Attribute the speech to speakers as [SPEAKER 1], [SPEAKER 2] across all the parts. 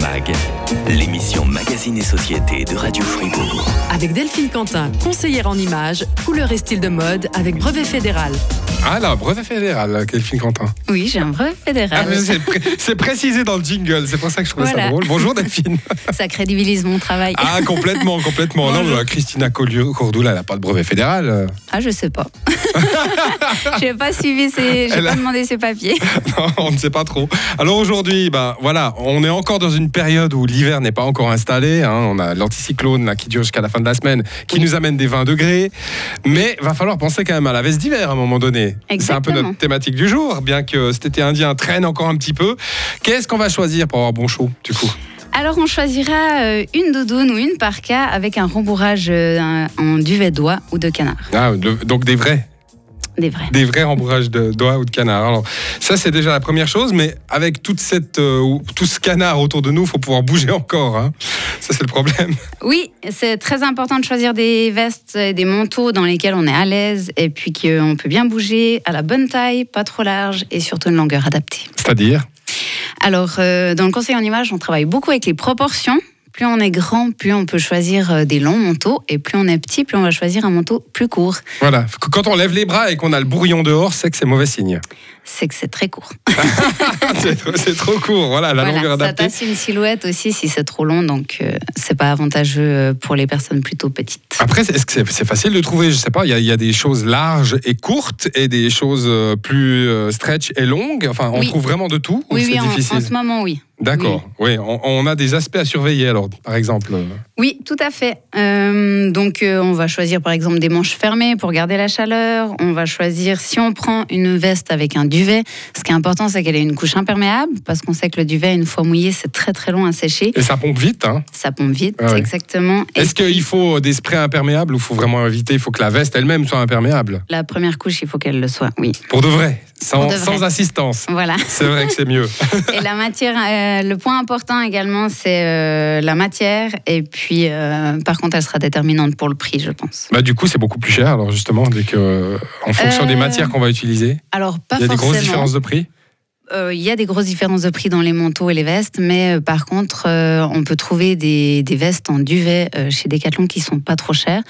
[SPEAKER 1] Mag, l'émission Magazine et Société de Radio Fribourg.
[SPEAKER 2] Avec Delphine Quentin, conseillère en images, couleur et style de mode avec brevet fédéral.
[SPEAKER 3] Ah là, brevet fédéral, Delphine Quentin.
[SPEAKER 4] Oui, j'ai un brevet
[SPEAKER 3] Ah,
[SPEAKER 4] fédéral.
[SPEAKER 3] mais c'est pré- c'est précisé dans le jingle, c'est pour ça que je trouvais ça
[SPEAKER 4] Voilà.
[SPEAKER 3] drôle. Bonjour Delphine.
[SPEAKER 4] Ça crédibilise mon travail. Ah,
[SPEAKER 3] Ah, complètement, complètement. Non, mais Christina Collier- Cordoula, elle n'a pas de brevet fédéral.
[SPEAKER 4] Ah, je sais pas. j'ai pas suivi ces. J'ai
[SPEAKER 3] Elle a-
[SPEAKER 4] pas demandé ces papiers.
[SPEAKER 3] Non, on ne sait pas trop. Alors aujourd'hui, bah, voilà, on est encore dans une période où l'hiver n'est pas encore installé. hein. On a l'anticyclone là, qui dure jusqu'à la fin de la semaine, qui nous amène des 20 degrés. Mais va falloir penser quand même à la veste d'hiver à un moment donné. C'est un peu
[SPEAKER 4] Exactement.
[SPEAKER 3] notre thématique du jour, bien que cet été indien traîne encore un petit peu. Qu'est-ce qu'on va choisir pour avoir bon chaud, du coup
[SPEAKER 4] Alors, on choisira euh, une doudoune ou une parka avec un rembourrage euh, un- en duvet d'oie ou de canard.
[SPEAKER 3] Ah, le- Donc des vrais
[SPEAKER 4] Des vrais.
[SPEAKER 3] des vrais rembourrages de doigts ou de canard. Alors ça c'est déjà la première chose, mais avec toute cette, euh, ou- tout ce canard autour de nous, faut pouvoir bouger encore. hein. Ça c'est le problème.
[SPEAKER 4] Oui, c'est très important de choisir des vestes et des manteaux dans lesquels on est à l'aise et puis qu'on peut bien bouger à la bonne taille, pas trop large et surtout une longueur adaptée.
[SPEAKER 3] C'est-à-dire
[SPEAKER 4] Alors, euh, dans le conseil en images, on travaille beaucoup avec les proportions. Plus on est grand, plus on peut choisir euh, des longs manteaux. Et plus on est petit, plus on va choisir un manteau plus court.
[SPEAKER 3] Voilà. Qu- Quand on lève les bras et qu'on a le bourrillon dehors, c'est que c'est mauvais signe.
[SPEAKER 4] C'est que c'est très court.
[SPEAKER 3] c'est trop- c'est trop court. Voilà, la
[SPEAKER 4] Voilà,
[SPEAKER 3] longueur
[SPEAKER 4] ça
[SPEAKER 3] adaptée.
[SPEAKER 4] tasse une silhouette aussi si c'est trop long. Donc, euh, c'est pas avantageux euh, pour les personnes plutôt petites.
[SPEAKER 3] Après, c'est- est-ce que c'est c'est facile de trouver Je sais pas. Il y, a- il y a des choses larges et courtes et des choses euh, plus euh, stretch et longues. Enfin, on
[SPEAKER 4] Oui.
[SPEAKER 3] trouve vraiment de tout. ou
[SPEAKER 4] oui,
[SPEAKER 3] c'est
[SPEAKER 4] oui, en,
[SPEAKER 3] difficile.
[SPEAKER 4] en ce moment, oui.
[SPEAKER 3] D'accord. Oui, on, on a des aspects à surveiller. Alors, par exemple. euh,
[SPEAKER 4] Oui, tout à fait. Euh, donc, euh, on va choisir par exemple des manches fermées pour garder la chaleur. On va choisir, si on prend une veste avec un duvet, ce qui est important, c'est qu'elle ait une couche imperméable, parce qu'on sait que le duvet, une fois mouillé, c'est très très long à sécher.
[SPEAKER 3] Et ça pompe vite. Hein.
[SPEAKER 4] Ça pompe vite,
[SPEAKER 3] Ah ouais.
[SPEAKER 4] exactement. Et
[SPEAKER 3] Est-ce qu'il faut des sprays imperméables ou faut vraiment éviter Il faut que la veste elle-même soit imperméable.
[SPEAKER 4] la première couche, il faut qu'elle le soit, oui.
[SPEAKER 3] Pour de vrai, sans,
[SPEAKER 4] Pour de vrai.
[SPEAKER 3] sans assistance.
[SPEAKER 4] Voilà.
[SPEAKER 3] C'est vrai que c'est mieux.
[SPEAKER 4] Et la matière, euh, le point important également, c'est euh, la matière. Et puis, euh, par contre, elle sera déterminante pour le prix, je pense.
[SPEAKER 3] Bah, du coup, c'est beaucoup plus cher, alors justement, dès que, en fonction des
[SPEAKER 4] Euh,
[SPEAKER 3] matières qu'on va utiliser.
[SPEAKER 4] Alors, pas
[SPEAKER 3] Il y a des grosses
[SPEAKER 4] forcément.
[SPEAKER 3] différences de prix.
[SPEAKER 4] Euh, Il y a des grosses différences de prix dans les manteaux et les vestes, mais euh, par contre, euh, on peut trouver des, des vestes en duvet euh, chez Decathlon qui sont pas trop chères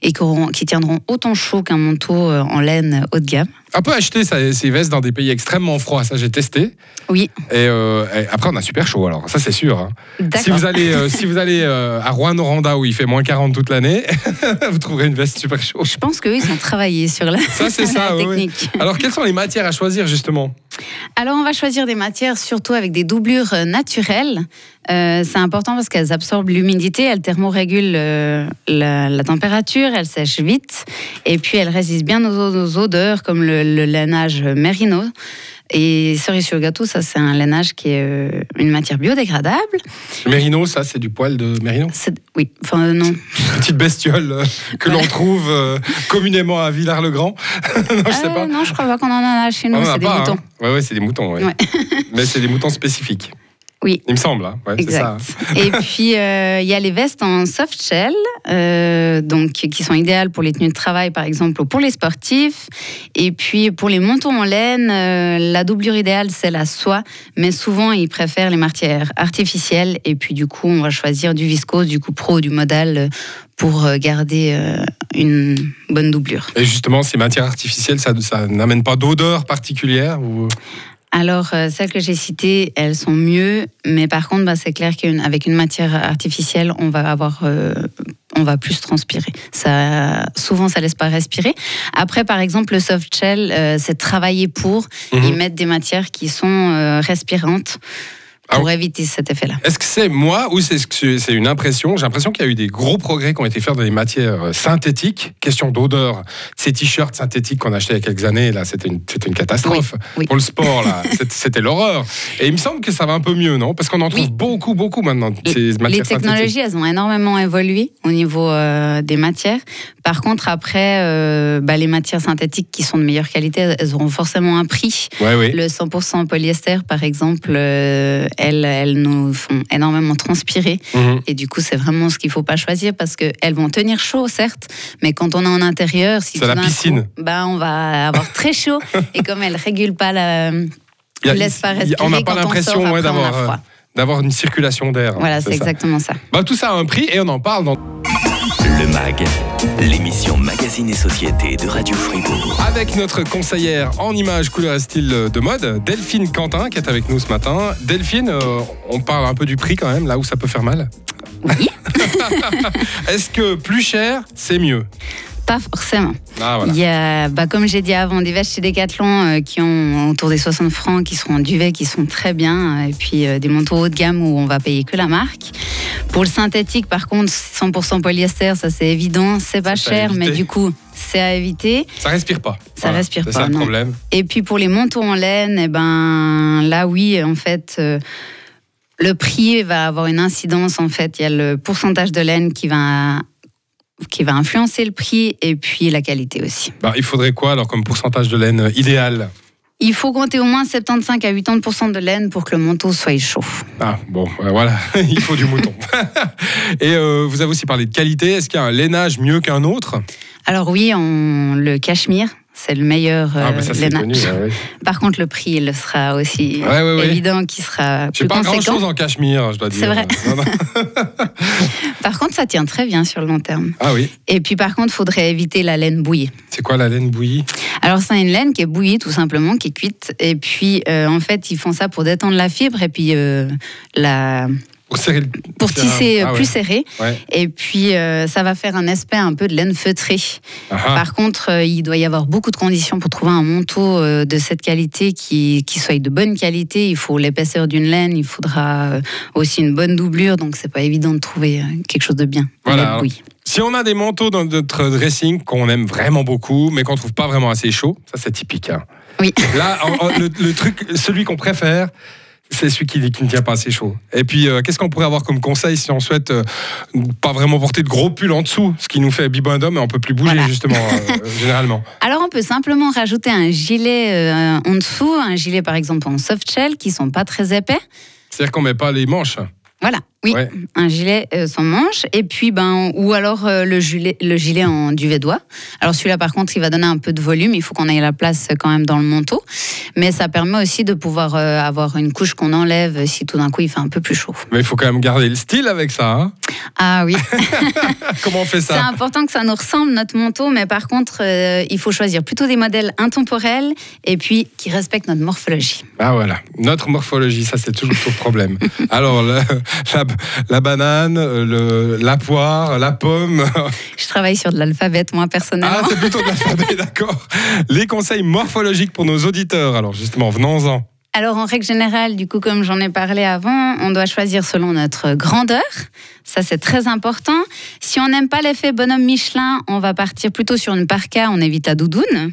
[SPEAKER 4] et qui, auront- qui tiendront autant chaud qu'un manteau euh, en laine haut de gamme.
[SPEAKER 3] On peut acheter ça- ces vestes dans des pays extrêmement froids, ça j'ai testé.
[SPEAKER 4] Oui,
[SPEAKER 3] Et, euh, et après, on a super chaud, alors ça c'est sûr. hein. Si
[SPEAKER 4] d'accord.
[SPEAKER 3] vous allez, euh, si vous allez euh, à Rouen-Noranda où il fait moins 40 toute l'année, vous trouverez une veste super chaude.
[SPEAKER 4] Je pense qu'eux, ils ont travaillé sur la,
[SPEAKER 3] Ça c'est
[SPEAKER 4] la
[SPEAKER 3] ça, ouais, ouais.
[SPEAKER 4] technique.
[SPEAKER 3] Alors quelles sont les matières à choisir justement
[SPEAKER 4] Alors, on va choisir des matières surtout avec des doublures euh, naturelles. Euh, c'est important parce qu'elles absorbent l'humidité, elles thermorégulent euh, la, la température, elles sèchent vite et puis elles résistent bien aux, aux odeurs comme le, le lainage merino. Et cerise sur le gâteau, ça c'est un lainage qui est euh, une matière biodégradable.
[SPEAKER 3] Le Mérino, ça c'est du poil de Mérino
[SPEAKER 4] C'est- Oui, enfin euh, non.
[SPEAKER 3] petite bestiole euh, que l'on
[SPEAKER 4] Voilà.
[SPEAKER 3] trouve euh, communément à Villars-le-Grand. non, je sais
[SPEAKER 4] Euh,
[SPEAKER 3] pas.
[SPEAKER 4] non, je crois pas qu'on en a chez
[SPEAKER 3] On
[SPEAKER 4] nous,
[SPEAKER 3] en a
[SPEAKER 4] c'est des
[SPEAKER 3] pas, hein.
[SPEAKER 4] moutons.
[SPEAKER 3] Ouais, ouais, c'est des moutons. ouais.
[SPEAKER 4] Ouais.
[SPEAKER 3] Mais c'est des moutons spécifiques.
[SPEAKER 4] Oui.
[SPEAKER 3] Il me semble. hein. Ouais, c'est ça.
[SPEAKER 4] Exact. Et puis, euh, il y a les vestes en soft shell, euh, donc, qui sont idéales pour les tenues de travail, par exemple, ou pour les sportifs. Et puis, pour les manteaux en laine, euh, la doublure idéale, c'est la soie. Mais souvent, ils préfèrent les matières artificielles. Et puis, du coup, on va choisir du viscose, du cupro, du modal euh, pour euh, garder euh, une bonne doublure.
[SPEAKER 3] Et justement, ces matières artificielles, ça, ça n'amène pas d'odeur particulière ou... euh,
[SPEAKER 4] Alors, euh, celles que j'ai citées, elles sont mieux, mais par contre, bah, c'est clair qu'avec une matière artificielle, on va avoir, euh, on va plus transpirer. Ça, souvent, ça laisse pas respirer. Après, par exemple, le soft shell, euh, c'est travailler pour.
[SPEAKER 3] Mhm.
[SPEAKER 4] Ils mettent des matières qui sont euh, respirantes
[SPEAKER 3] Ah
[SPEAKER 4] pour éviter cet effet-là.
[SPEAKER 3] Est-ce que c'est moi ou c'est c'est- c'est une impression J'ai l'impression qu'il y a eu des gros progrès qui ont été faits dans les matières euh, synthétiques. Question d'odeur. Ces t-shirts synthétiques qu'on achetait il y a quelques années, là, c'était une, c'était une catastrophe.
[SPEAKER 4] oui.
[SPEAKER 3] Pour le sport, là, c'était- c'était l'horreur. Et il me semble que ça va un peu mieux, non Parce qu'on en trouve
[SPEAKER 4] Oui.
[SPEAKER 3] beaucoup, beaucoup maintenant, de ces
[SPEAKER 4] Les
[SPEAKER 3] matières synthétiques.
[SPEAKER 4] technologies, elles ont énormément évolué au niveau euh, des matières. Par contre, après, euh, bah, les matières synthétiques qui sont de meilleure qualité, elles auront forcément un prix.
[SPEAKER 3] Ouais, oui.
[SPEAKER 4] Le 100% polyester, par exemple, euh, elles, elles nous font énormément transpirer.
[SPEAKER 3] Mhm.
[SPEAKER 4] Et du coup, c'est vraiment ce qu'il faut pas choisir parce qu'elles vont tenir chaud, certes, mais quand on est en intérieur, si
[SPEAKER 3] C'est
[SPEAKER 4] tout
[SPEAKER 3] la
[SPEAKER 4] d'un coup,
[SPEAKER 3] piscine.
[SPEAKER 4] bah, on va avoir très chaud. et comme elles régulent pas la.
[SPEAKER 3] Il y a-
[SPEAKER 4] laissent pas
[SPEAKER 3] il y a-
[SPEAKER 4] respirer.
[SPEAKER 3] on n'a pas
[SPEAKER 4] quand
[SPEAKER 3] l'impression
[SPEAKER 4] sort,
[SPEAKER 3] ouais,
[SPEAKER 4] après, on a
[SPEAKER 3] d'avoir euh,
[SPEAKER 4] froid.
[SPEAKER 3] d'avoir une circulation d'air.
[SPEAKER 4] Voilà, c'est
[SPEAKER 3] ça.
[SPEAKER 4] exactement ça.
[SPEAKER 3] Bah, tout ça a un prix et on en parle dans...
[SPEAKER 1] Le MAG, l'émission Magazine et Société de Radio Fribourg.
[SPEAKER 3] avec notre conseillère en images, couleur et style de mode, Delphine Quentin, qui est avec nous ce matin. Delphine, euh, on parle un peu du prix quand même, là où ça peut faire mal.
[SPEAKER 4] Oui.
[SPEAKER 3] Est-ce que plus cher, c'est mieux
[SPEAKER 4] Pas forcément.
[SPEAKER 3] Ah voilà.
[SPEAKER 4] Il y a, bah, comme j'ai dit avant, des vestes chez Decathlon euh, qui ont autour des 60 francs, qui sont en duvet, qui sont très bien, euh, et puis euh, des manteaux haut de gamme où on va payer que la marque. Pour le synthétique, par contre, 100% polyester, ça c'est évident, c'est pas
[SPEAKER 3] C'est à
[SPEAKER 4] cher, mais
[SPEAKER 3] éviter.
[SPEAKER 4] du coup, c'est à éviter.
[SPEAKER 3] Ça respire pas.
[SPEAKER 4] Ça respire
[SPEAKER 3] c'est
[SPEAKER 4] pas,
[SPEAKER 3] ça le
[SPEAKER 4] non.
[SPEAKER 3] problème.
[SPEAKER 4] Et puis pour les manteaux en laine, eh ben là oui, en fait, euh, le prix va avoir une incidence. En fait, il y a le pourcentage de laine qui va qui va influencer le prix et puis la qualité aussi.
[SPEAKER 3] Bah, il faudrait quoi alors comme pourcentage de laine idéal
[SPEAKER 4] Il faut compter au moins 75 à 80 de laine pour que le manteau soit chaud.
[SPEAKER 3] Ah bon, euh, voilà, il faut du mouton. Et euh, vous avez aussi parlé de qualité. Est-ce qu'il y a un lainage mieux qu'un autre
[SPEAKER 4] Alors oui, on- le cachemire, c'est le meilleur euh,
[SPEAKER 3] Ah bah ça c'est
[SPEAKER 4] lainage.
[SPEAKER 3] connu. ouais, ouais.
[SPEAKER 4] Par contre, le prix, il sera aussi
[SPEAKER 3] Ouais, ouais, ouais.
[SPEAKER 4] évident qu'il sera
[SPEAKER 3] J'ai
[SPEAKER 4] plus
[SPEAKER 3] pas grand chose
[SPEAKER 4] conséquent.
[SPEAKER 3] en cachemire, je dois dire.
[SPEAKER 4] C'est vrai.
[SPEAKER 3] Non, non. hein.
[SPEAKER 4] Par contre, ça tient très bien sur le long terme.
[SPEAKER 3] Ah oui.
[SPEAKER 4] Et puis par contre, faudrait éviter la laine bouillie.
[SPEAKER 3] C'est quoi la laine bouillie
[SPEAKER 4] Alors c'est une laine qui est bouillie tout simplement, qui est cuite. Et puis euh, en fait, ils font ça pour détendre la fibre et puis euh, la
[SPEAKER 3] Pour serrer le-
[SPEAKER 4] pour
[SPEAKER 3] C'est
[SPEAKER 4] tisser
[SPEAKER 3] un- ah
[SPEAKER 4] euh, plus
[SPEAKER 3] ouais.
[SPEAKER 4] serré.
[SPEAKER 3] Ouais.
[SPEAKER 4] Et puis euh, ça va faire un aspect un peu de laine feutrée.
[SPEAKER 3] Ah, ah.
[SPEAKER 4] Par contre, euh, il doit y avoir beaucoup de conditions pour trouver un manteau euh, de cette qualité qui, qui soit de bonne qualité. Il faut l'épaisseur d'une laine, il faudra euh, aussi une bonne doublure, donc c'est pas évident de trouver euh, quelque chose de bien.
[SPEAKER 3] Voilà,
[SPEAKER 4] Avec
[SPEAKER 3] alors-
[SPEAKER 4] bouillie.
[SPEAKER 3] Si on a des manteaux dans notre dressing qu'on aime vraiment beaucoup, mais qu'on trouve pas vraiment assez chaud, ça c'est typique. hein.
[SPEAKER 4] Oui.
[SPEAKER 3] Là, en- en- le, le truc, celui qu'on préfère, c'est celui qui, qui ne tient pas assez chaud. Et puis, euh, qu'est-ce qu'on pourrait avoir comme conseil si on souhaite euh, pas vraiment porter de gros pulls en dessous, ce qui nous fait bibendum et on peut plus bouger
[SPEAKER 4] Voilà.
[SPEAKER 3] justement euh, généralement.
[SPEAKER 4] Alors on peut simplement rajouter un gilet euh, en dessous, un gilet par exemple en softshell qui sont pas très épais.
[SPEAKER 3] C'est-à-dire qu'on met pas les manches.
[SPEAKER 4] Voilà, oui,
[SPEAKER 3] Ouais.
[SPEAKER 4] un gilet euh, sans manche et puis ben ou alors euh, le gilet le gilet en duvet d'oie. Alors celui-là par contre, il va donner un peu de volume, il faut qu'on ait la place euh, quand même dans le manteau, mais ça permet aussi de pouvoir euh, avoir une couche qu'on enlève euh, si tout d'un coup il fait un peu plus chaud.
[SPEAKER 3] Mais il faut quand même garder le style avec ça. hein.
[SPEAKER 4] Ah oui,
[SPEAKER 3] Comment on fait
[SPEAKER 4] c'est
[SPEAKER 3] ça
[SPEAKER 4] important que ça nous ressemble notre manteau, mais par contre, euh, il faut choisir plutôt des modèles intemporels et puis qui respectent notre morphologie.
[SPEAKER 3] Ah voilà, notre morphologie, ça c'est toujours le problème. Alors le- la, la banane, le, la poire, la pomme,
[SPEAKER 4] Je travaille sur de l'alphabet, moi, personnellement.
[SPEAKER 3] Ah, c'est plutôt de l'alphabet, d'accord. Les conseils morphologiques pour nos auditeurs. Alors, justement, venons-en.
[SPEAKER 4] Alors, en règle générale, du coup, comme j'en ai parlé avant, on doit choisir selon notre grandeur. Ça, c'est très important. Si on n'aime pas l'effet bonhomme Michelin, on va partir plutôt sur une parka, on évite la doudoune.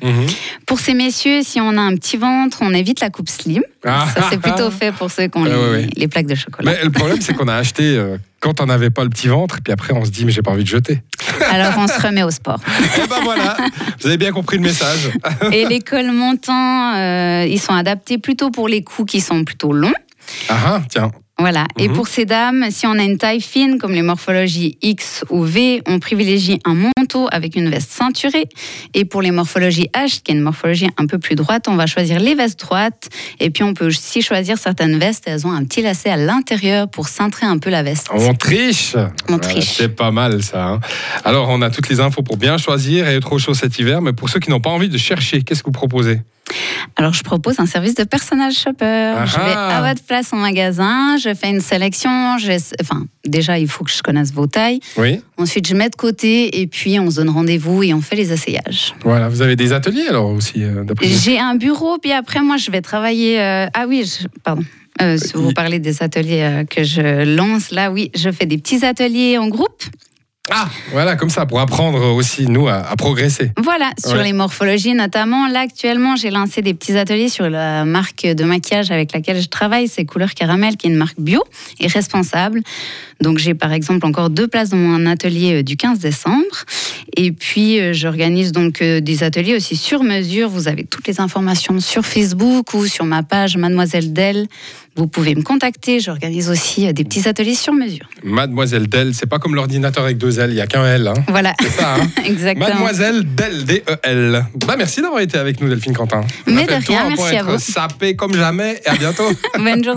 [SPEAKER 4] Pour ces messieurs, si on a un petit ventre, on évite la coupe slim.
[SPEAKER 3] Ah.
[SPEAKER 4] Ça, c'est plutôt fait pour ceux qui ont
[SPEAKER 3] Ah,
[SPEAKER 4] les,
[SPEAKER 3] ouais, ouais.
[SPEAKER 4] les plaques de chocolat.
[SPEAKER 3] Mais le problème, c'est qu'on a acheté euh, quand on n'avait pas le petit ventre, et puis après, on se dit, mais j'ai pas envie de jeter.
[SPEAKER 4] Alors, on se remet au sport.
[SPEAKER 3] Et ben voilà, vous avez bien compris le message.
[SPEAKER 4] Et les cols montants, euh, ils sont adaptés plutôt pour les coups qui sont plutôt longs.
[SPEAKER 3] Ah, ah, tiens.
[SPEAKER 4] Voilà. Et
[SPEAKER 3] Mhm.
[SPEAKER 4] pour ces dames, si on a une taille fine, comme les morphologies X ou V, on privilégie un manteau avec une veste ceinturée. Et pour les morphologies H, qui est une morphologie un peu plus droite, on va choisir les vestes droites. Et puis on peut aussi choisir certaines vestes. Elles ont un petit lacet à l'intérieur pour cintrer un peu la veste.
[SPEAKER 3] On triche.
[SPEAKER 4] On
[SPEAKER 3] Voilà,
[SPEAKER 4] triche.
[SPEAKER 3] c'est pas mal, ça. hein. Alors, on a toutes les infos pour bien choisir et être au chaud cet hiver. Mais pour ceux qui n'ont pas envie de chercher, qu'est-ce que vous proposez
[SPEAKER 4] Alors je propose un service de personnel shopper.
[SPEAKER 3] Ah
[SPEAKER 4] je vais
[SPEAKER 3] ah.
[SPEAKER 4] à votre place en magasin, je fais une sélection. je- Enfin, déjà, il faut que je connaisse vos tailles.
[SPEAKER 3] Oui.
[SPEAKER 4] Ensuite, je mets de côté et puis on se donne rendez-vous et on fait les essayages.
[SPEAKER 3] Voilà, vous avez des ateliers alors aussi, euh, d'après vous
[SPEAKER 4] J'ai un bureau, puis après, moi, je vais travailler. euh, Ah oui, je- pardon. Euh, si vous
[SPEAKER 3] il-
[SPEAKER 4] parlez des ateliers euh, que je lance, là, oui, je fais des petits ateliers en groupe.
[SPEAKER 3] Ah, voilà, comme ça, pour apprendre aussi, nous, à- à progresser.
[SPEAKER 4] Voilà, sur
[SPEAKER 3] Ouais.
[SPEAKER 4] les morphologies notamment. Là, actuellement, j'ai lancé des petits ateliers sur la marque de maquillage avec laquelle je travaille, c'est Couleur Caramel, qui est une marque bio et responsable. Donc, j'ai par exemple encore deux places dans mon atelier euh, du 15 décembre. Et puis, euh, j'organise donc euh, des ateliers aussi sur mesure. Vous avez toutes les informations sur Facebook ou sur ma page Mademoiselle Dell. Vous pouvez me contacter. J'organise aussi euh, des petits ateliers sur mesure.
[SPEAKER 3] Mademoiselle Dell, c'est pas comme l'ordinateur avec deux L, il n'y a qu'un L. Hein.
[SPEAKER 4] Voilà,
[SPEAKER 3] C'est ça, hein
[SPEAKER 4] exactement.
[SPEAKER 3] Mademoiselle Del, D-E-L. Bah, merci d'avoir été avec nous, Delphine Quentin. On a
[SPEAKER 4] Mais
[SPEAKER 3] fait
[SPEAKER 4] de
[SPEAKER 3] le tour,
[SPEAKER 4] rien,
[SPEAKER 3] hein, pour
[SPEAKER 4] merci à
[SPEAKER 3] être
[SPEAKER 4] vous.
[SPEAKER 3] sapé comme jamais et à bientôt.
[SPEAKER 4] Bonne journée.